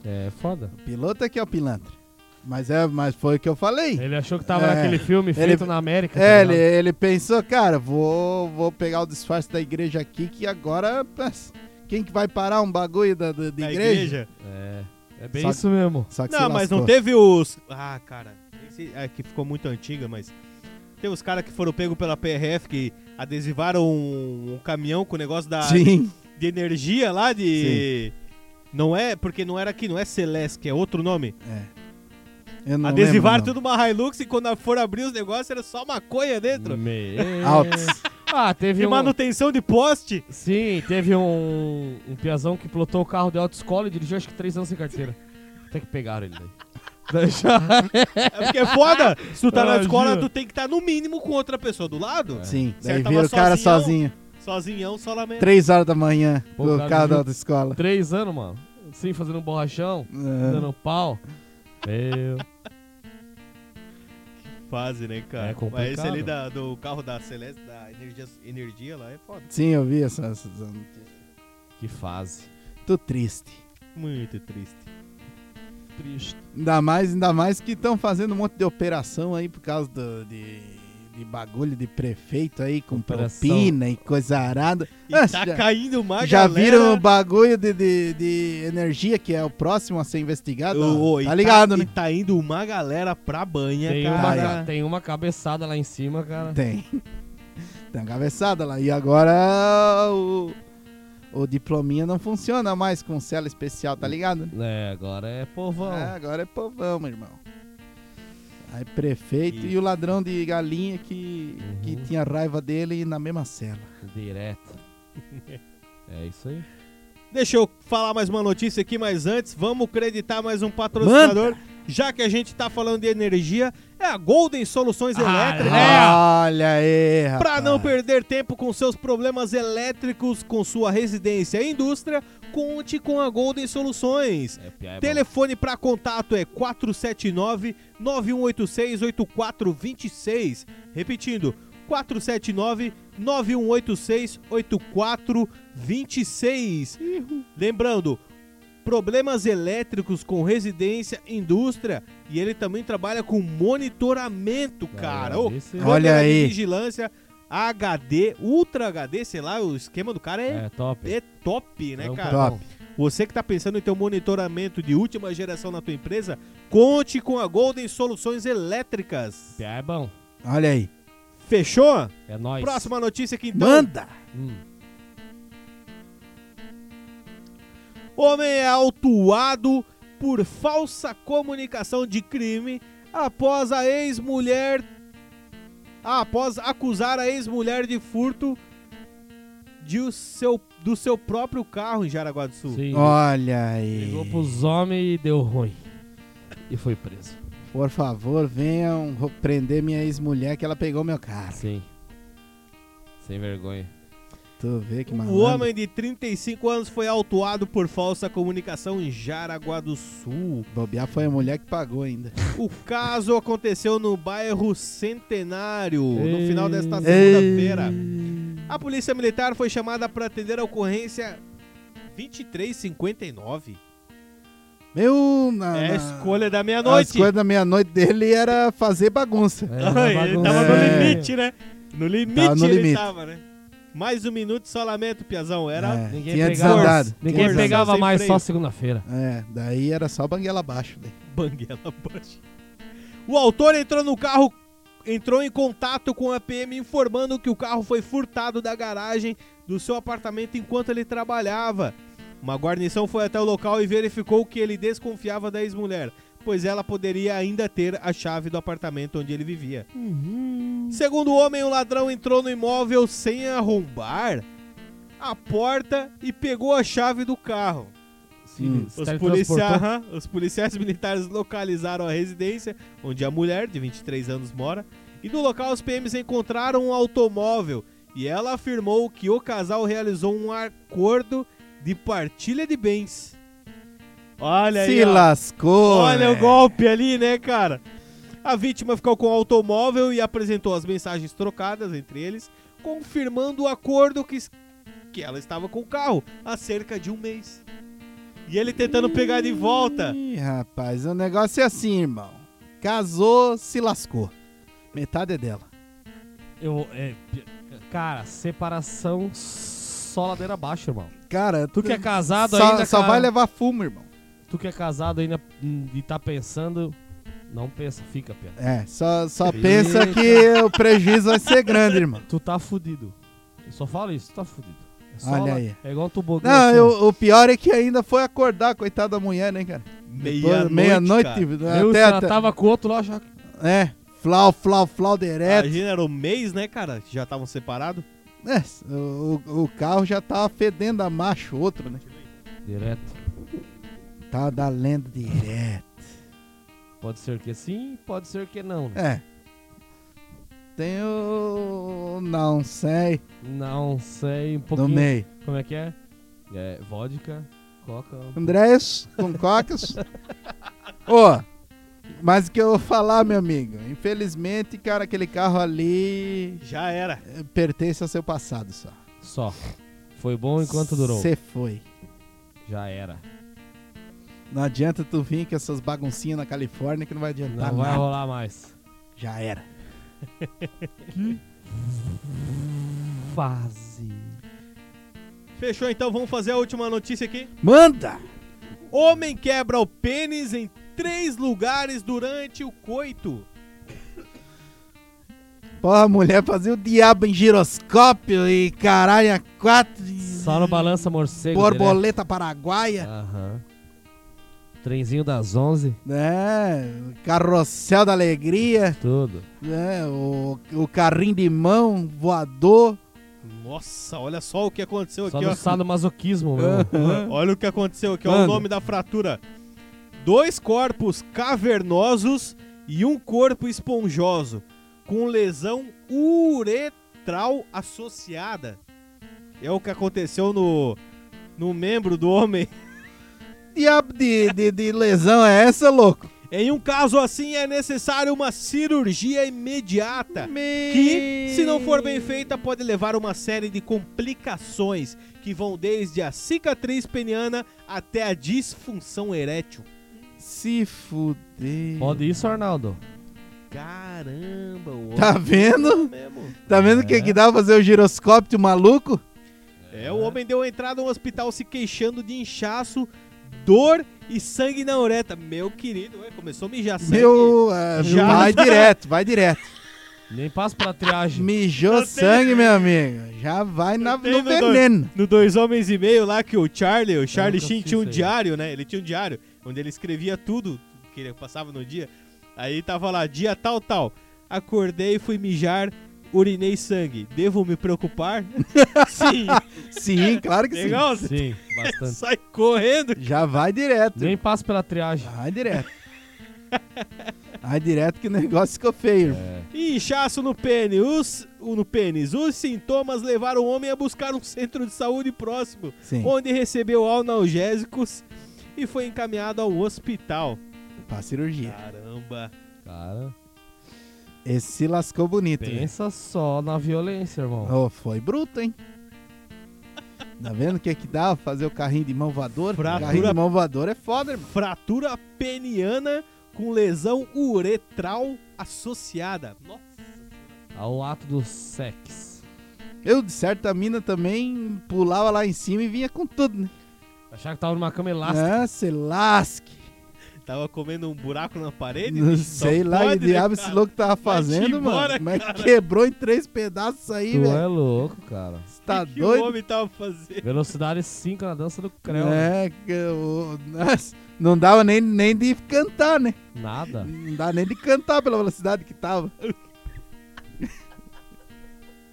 É foda.
O piloto é que é o pilantra. Mas, é, mas foi o que eu falei.
Ele achou que tava
É.
naquele filme
Ele-
feito na América.
É,
tá
ele,
ligado?
ele pensou, cara, vou, vou pegar o disfarce da igreja aqui, que agora. pás, Quem que vai parar um bagulho da, da- da
da
igreja?
igreja.
É. É bem
Só-
isso mesmo.
Só que se
Não, mas não
lascou.
teve os. Ah, cara. Esse é que ficou muito antiga, mas. Tem os caras que foram pegos pela PRF que adesivaram um, um caminhão com o negócio da, de
Sim.
energia lá de. Não é, porque não era aqui, não é Celesc, é outro nome.
Eu não
Adesivaram
lembro
tudo uma Hilux e quando for abrir os negócios era só maconha dentro.
o
Me...
nome. Altos.
Ah,
E
teve um...
manutenção de poste.
Sim, teve um, um piazão que plotou o carro de autoescola e dirigiu acho que três anos sem carteira. Até que pegaram ele daí.
É porque é foda. Se tu tá na
Ah,
escola,
Gil.
tu tem que estar no mínimo com outra pessoa do lado.
Sim, daí
Certo, tava
vira o cara
sozinhão.
sozinho.
Sozinhão, solamente.
Três horas da manhã,
Pô,
com o
cara,
cara da
viu?
autoescola.
Três anos, mano. Sim, fazendo um borrachão,
É.
dando pau. Meu.
Fase, né, cara?
É complicado.
Mas esse ali da- do carro da Celeste, da energia, energia lá, é foda.
Sim, eu vi essa, essa essa notícia.
Que fase.
Tô triste.
Muito triste.
Triste.
Ainda mais, ainda mais que estão fazendo um monte de operação aí por causa do- de, de bagulho de prefeito aí com
Operação.
propina e coisa arada.
E
Ah,
tá
já-
caindo mais
Já
galera.
viram o bagulho de, de, de energia, que é o próximo a ser investigado?
Ô, ô, e
tá ligado,
e
né?
tá indo uma galera pra banha,
Tem uma,
cara.
ca- tem uma cabeçada lá em cima, cara.
Tem. Tem uma cabeçada lá. E agora o, o diplominha não funciona mais com cela especial, tá ligado?
É, agora é povão.
Ah, agora é povão, meu irmão. Aí prefeito
E-
e, o ladrão de galinha que, que
Uhum.
tinha raiva dele na mesma cela.
Direto. é isso aí.
Deixa eu falar mais uma notícia aqui, mas antes, vamos acreditar mais um patrocinador. Já que a gente tá falando de energia, é a Golden Soluções
Ah,
Elétricas.
né?
Olha aí, rapaz.
Para É. não perder tempo com seus problemas elétricos com sua residência e indústria, conte com a Golden Soluções.
É, pi- é bom.
Telefone para contato é um 479 9186 8426. Repetindo, um 479-9186-8426. Lembrando, problemas elétricos com residência, indústria e ele também trabalha com monitoramento, cara. Ô,
Ah, esse- é
câmera
Olha
de
aí.
Vigilância, HD, Ultra HD, sei lá, o esquema do cara é,
É top.
é top, né,
É um
cara?
Top.
Você que está pensando em ter um monitoramento de última geração na tua empresa, conte com a Golden Soluções Elétricas.
É bom.
Olha aí.
Fechou?
É nóis.
Próxima notícia aqui então.
Manda!
Hum.
Homem é autuado por falsa comunicação de crime após a ex-mulher ah, após acusar a ex-mulher de furto de o seu, do seu próprio carro em Jaraguá do Sul.
Sim.
Olha aí.
Ligou pros homens e deu ruim. E foi preso.
Por favor, venham ro- prender minha ex-mulher que ela pegou meu carro.
Sim. Sem vergonha.
Tu vê que malandro.
O homem de 35 anos foi autuado por falsa comunicação em Jaraguá do Sul.
Bobear foi a mulher que pagou ainda.
O caso aconteceu no bairro Centenário, no
Ei.
final desta segunda-feira. A polícia militar foi chamada para atender a ocorrência 2359.
Meu... Na,
É a
na-
escolha da
Ah, A
meia-noite.
escolha da meia-noite dele era fazer bagunça.
Ai, ele tava no
bagunça. É.
limite, né? No limite
Tava no
ele
limite.
tava, né? Mais um minuto de solamento, Piazão. Era
É,
Ninguém
tinha
pegava-
desandado.
Ninguém
Força,
pegava
sem
mais
freio.
só segunda-feira.
É, daí era só banguela abaixo. daí.
banguela abaixo. O autor entrou no carro, entrou em contato com a PM informando que o carro foi furtado da garagem do seu apartamento enquanto ele trabalhava. Uma guarnição foi até o local e verificou que ele desconfiava da ex-mulher, pois ela poderia ainda ter a chave do apartamento onde ele vivia. Segundo o homem, o ladrão entrou no imóvel sem arrombar a porta e pegou a chave do carro.
Hum.
Se
Os,
teletransportou.
policia- aham, os policiais militares localizaram a residência onde a mulher, de 23 anos, mora. E no local, os PMs encontraram um automóvel. E ela afirmou que o casal realizou um acordo de partilha de bens. Olha
Se
aí. ó.
lascou. é.
Olha o
velho.
golpe ali, né, cara? A vítima ficou com o automóvel e apresentou as mensagens trocadas entre eles, confirmando o acordo que, es- que ela estava com o carro há cerca de um mês. E ele tentando pegar de volta.
Ih, rapaz, o negócio é assim, irmão. Casou, se lascou. Metade é dela.
Eu, é, pi- cara, separação só ladeira abaixo, irmão.
Cara,
Tu que é casado
só,
ainda,
só
cara,
vai levar fumo, irmão.
Tu que é casado ainda hum, e tá pensando, não pensa, fica, pia.
É, só, só
Eita.
pensa que o prejuízo vai ser grande, irmão.
Tu tá fudido. Eu só falo isso, tu tá fudido. É só
Olha
lá-
aí.
É igual um tobogã.
Não,
assim, ó.
eu- o pior é que ainda foi acordar, coitada da mulher, né, cara? Depois-
Meia-noite. cara. tá
Eu
até,
já
até-
tava com o outro lá, já...
É, flau, flau, flau direto.
Imagina, era um mês, né, cara? Já estavam separados.
É, o, o- o carro já tava fedendo a macho outro, né?
Direto.
Tava da lenda direto.
Pode ser que sim, pode ser que não. né?
É. Tem o. Não sei.
Não sei, um
no
pouquinho...
meio.
Como é que é? É, vodka, coca...
Andréas com cocas. Ô, mas o que eu vou falar, meu amigo? Infelizmente, cara, aquele carro ali
Já era.
eh, pertence ao seu passado só.
Só. Foi bom enquanto durou.
Você foi.
Já era.
Não adianta tu vir com essas baguncinhas na Califórnia que não vai
Não
adiantar
vai
Tá nada.
rolar mais.
Já era.
Fase.
Fechou, então. Vamos fazer a última notícia aqui.
Manda!
Homem quebra o pênis em três lugares durante o coito.
Porra, a mulher fazia o diabo em giroscópio e caralho, a quatro. e-
Só no balança morcego. direto.
Borboleta paraguaia.
Aham. Trenzinho das 11,
Né? Carrossel da alegria.
tudo.
né? O, o carrinho de mão, voador.
Nossa, olha só o que aconteceu
Só
aqui,
no
ó.
sadomasoquismo, meu.
Olha o que aconteceu aqui, ó, o
Manda.
nome da fratura. Dois corpos cavernosos e um corpo esponjoso, com lesão uretral associada. É o que aconteceu no, no membro do homem.
diabo de, de, de lesão é essa, louco?
Em um caso assim, é necessário uma cirurgia imediata, que, se não for bem feita, pode levar a uma série de complicações que vão desde a cicatriz peniana até a disfunção erétil.
Se fuder.
Pode isso, Arnaldo?
Caramba, o
Tá
homem
vendo?
é mesmo.
Tá vendo o que, que dá pra fazer o giroscópio maluco?
É, o homem deu entrada no hospital se queixando de inchaço, dor e sangue na uretra. Meu querido, ué, começou a mijar sangue.
Meu, ah,
Já.
vai direto, vai direto.
Nem passa pra triagem.
Mijou
Eu
sangue, meu amigo. Já vai na,
Tem
tá no
no dois-
veneno.
No Dois Homens e Meio lá que o Charlie, o Charlie
nunca
Sheen
fiz
tinha um
isso aí.
diário, né? Ele tinha um diário onde ele escrevia tudo que ele passava no dia. Aí tava lá, dia tal, tal. Acordei, fui mijar, urinei sangue. Devo me preocupar? Sim.
Sim, claro que sim.
Legal?
Sim, bastante.
Sai correndo.
Já vai direto.
Nem passa pela triagem.
Vai direto. Vai direto que o negócio ficou feio.
É.
irmão.
E inchaço no pênis. Os, o- no pênis. Os sintomas levaram o homem a buscar um centro de saúde próximo,
Sim,
onde recebeu analgésicos e foi encaminhado ao hospital.
pra cirurgia.
Caramba.
Cara,
Esse se lascou bonito. né?
pensa só na violência, irmão.
Oh, foi bruto, hein? Tá vendo o que que dá fazer o carrinho de mão voadora?
Fratura-
Carrinho de mão voadora é foda, irmão.
Fratura peniana com lesão uretral associada. Nossa.
Ao ato do sexo.
Eu, de certa mina também, pulava lá em cima e vinha com tudo, né?
Achar que tava numa cama elástica.
Ah, se lasque.
Tava comendo um buraco na parede?
Não
bicho, só
sei lá que
pode, né,
diabo esse
cara?
louco tava
Vai te
fazendo, mano.
embora,
Mas quebrou em três pedaços aí,
Tu
velho.
é louco, cara.
Você tá
que o
doido?
homem tava fazendo?
Velocidade 5 na dança do creu.
É, que eu- nossa, não dava nem, nem de cantar, né?
Nada.
Não dá nem de cantar pela velocidade que tava.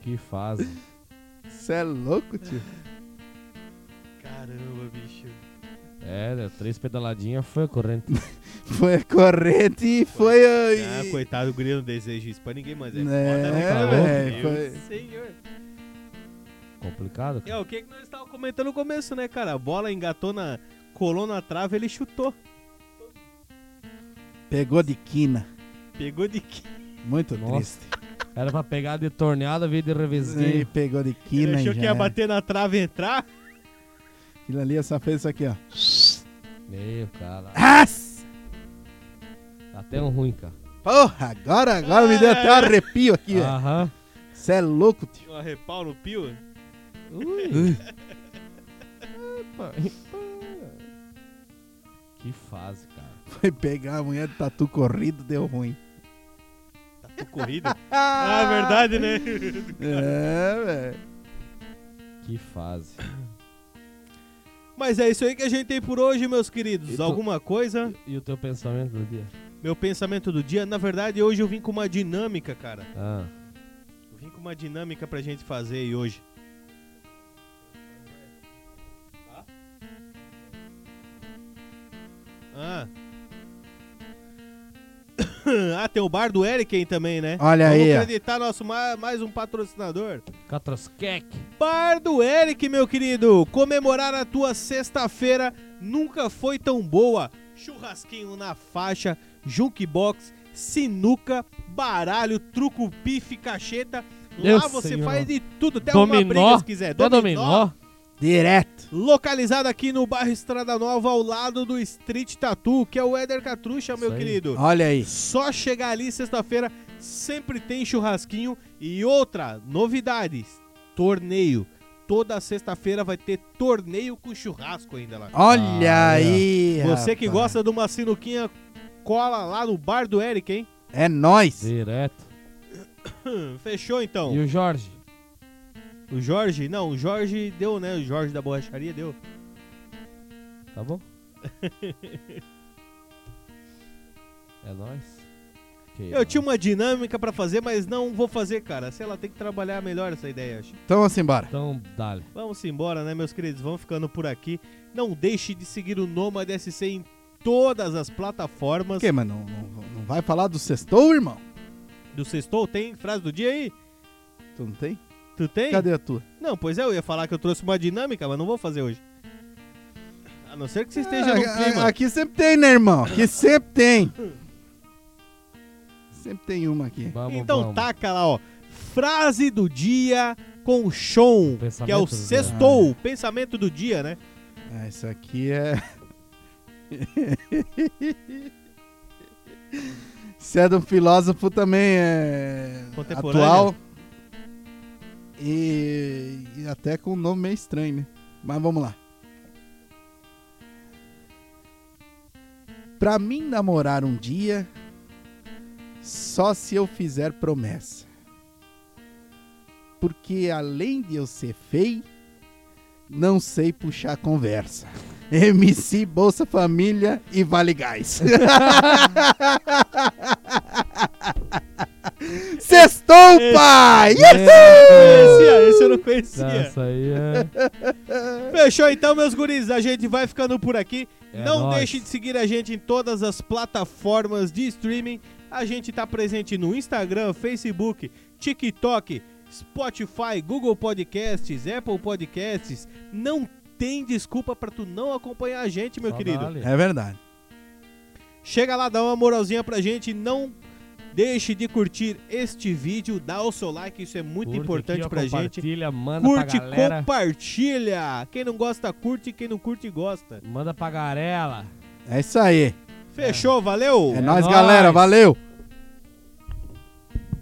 Que fase.
Você é louco, tio.
Caramba, bicho.
É, né, três pedaladinhas foi a corrente.
Foi a corrente e foi.
Ah,
foi
coitado, o Grilo não deseja isso pra ninguém, mas é,
É,
foda, né, cara?
velho,
Meu
foi-
Senhor.
Complicado.
É
cara.
o que, que nós estávamos comentando no começo, né, cara? A bola engatou na. colou na trave, ele chutou.
Pegou de quina.
Pegou de que?
Muito
Nossa.
triste.
Era pra pegar de torneada, veio de
Ele
revesgueio.
pegou de
Ele
quina e
achou que
já
ia
era.
bater na trave e entrar.
Aquilo ali só fez isso aqui, ó.
Meu, cara.
Nossa!
Tá até um ruim, cara.
Porra, agora, agora me deu até um
É.
arrepio aqui, velho.
Aham.
Você é louco, tio.
Tinha um arrepal no pio.
Ui. Epa, epa. Que fase, cara.
Foi pegar a mulher do tatu corrido, deu ruim.
Tatu corrida. ah, é verdade, né?
É, velho.
Que fase.
Mas é isso aí que a gente tem por hoje, meus queridos.
Eu tô-
Alguma coisa?
E o teu pensamento do dia?
Meu pensamento do dia. Na verdade, hoje eu vim com uma dinâmica, cara.
Ah,
Eu vim com uma dinâmica pra gente fazer aí hoje. Ah. Ah, tem o bar do Eric aí também, né?
Olha
Vamos
aí, ó.
acreditar nosso ma- mais um patrocinador.
Catrosqueque.
Bar do Eric, meu querido, comemorar a tua sexta-feira nunca foi tão boa. Churrasquinho na faixa, jukebox, sinuca, baralho, trucupi, ficacheta.
Deus
Lá você
Senhor.
faz de tudo, até uma briga
Dominó.
se quiser.
Até dominó.
Direto.
Localizado aqui no bairro Estrada Nova, ao lado do Street Tattoo, que é o Éder Catrucha, meu
Isso aí.
querido.
Olha aí.
Só chegar ali sexta-feira, sempre tem churrasquinho e outra novidades, torneio. Toda sexta-feira vai ter torneio com churrasco ainda lá.
Olha
Ah,
aí.
Você que
rapaz.
gosta de uma sinuquinha, cola lá no bar do Eric, hein?
É nóis.
Direto.
Hum, Fechou então.
E o Jorge?
O Jorge, não, o Jorge deu, né? O Jorge da borracharia deu.
Tá bom? é nóis. Que
Eu tinha uma dinâmica pra fazer, mas não vou fazer, cara. Sei lá, tem que trabalhar melhor essa ideia, acho.
Então vamos embora.
Então, dale.
Vamos embora, né, meus queridos? Vamos ficando por aqui. Não deixe de seguir o Nômade SC em todas as plataformas.
Por quê, mano? Não, não- não vai falar do sextou, irmão?
Do Sextou, tem frase do dia aí?
Tu não tem?
Tu tem?
Cadê a tua?
Não, pois é, eu ia falar que eu trouxe uma dinâmica, mas não vou fazer hoje. A A não ser que você esteja no
Ah,
clima.
Aqui sempre tem, né, irmão? Aqui sempre tem. Sempre tem uma aqui.
Vamos,
então
vamos.
taca lá, ó. Frase do dia com Sean, que é o
Pensamento do dia. Ah.
sextou, o pensamento do dia, né?
Ah, isso aqui é. Isso é de um filósofo também é
Contemporâneo.
atual. E... e até com um nome meio estranho, né? Mas vamos lá. Pra mim namorar um dia, só se eu fizer promessa. Porque além de eu ser feio, não sei puxar conversa. MC Bolsa Família e Vale Gás. Sextou, pai!
É
Ah.
Conhecia, esse eu não conhecia.
Tá, Isso aí é.
Fechou então, meus guris. A gente vai ficando por aqui.
É
Não
nóis.
deixe de seguir a gente em todas as plataformas de streaming. A gente tá presente no Instagram, Facebook, TikTok, Spotify, Google Podcasts, Apple Podcasts. Não tem desculpa pra tu não acompanhar a gente, meu
Só
querido.
dá-lhe.
É verdade.
Chega lá, dá uma moralzinha pra gente. Não deixe de curtir este vídeo, dá o seu like, isso é muito
Curte
importante
aqui, ó,
pra gente.
Compartilha, manda
Curte,
pra galera.
compartilha. Quem não gosta, curte. Quem não curte, gosta.
Manda pra garela.
É isso aí.
Fechou, valeu?
É,
É
nóis,
nóis.
galera. Valeu!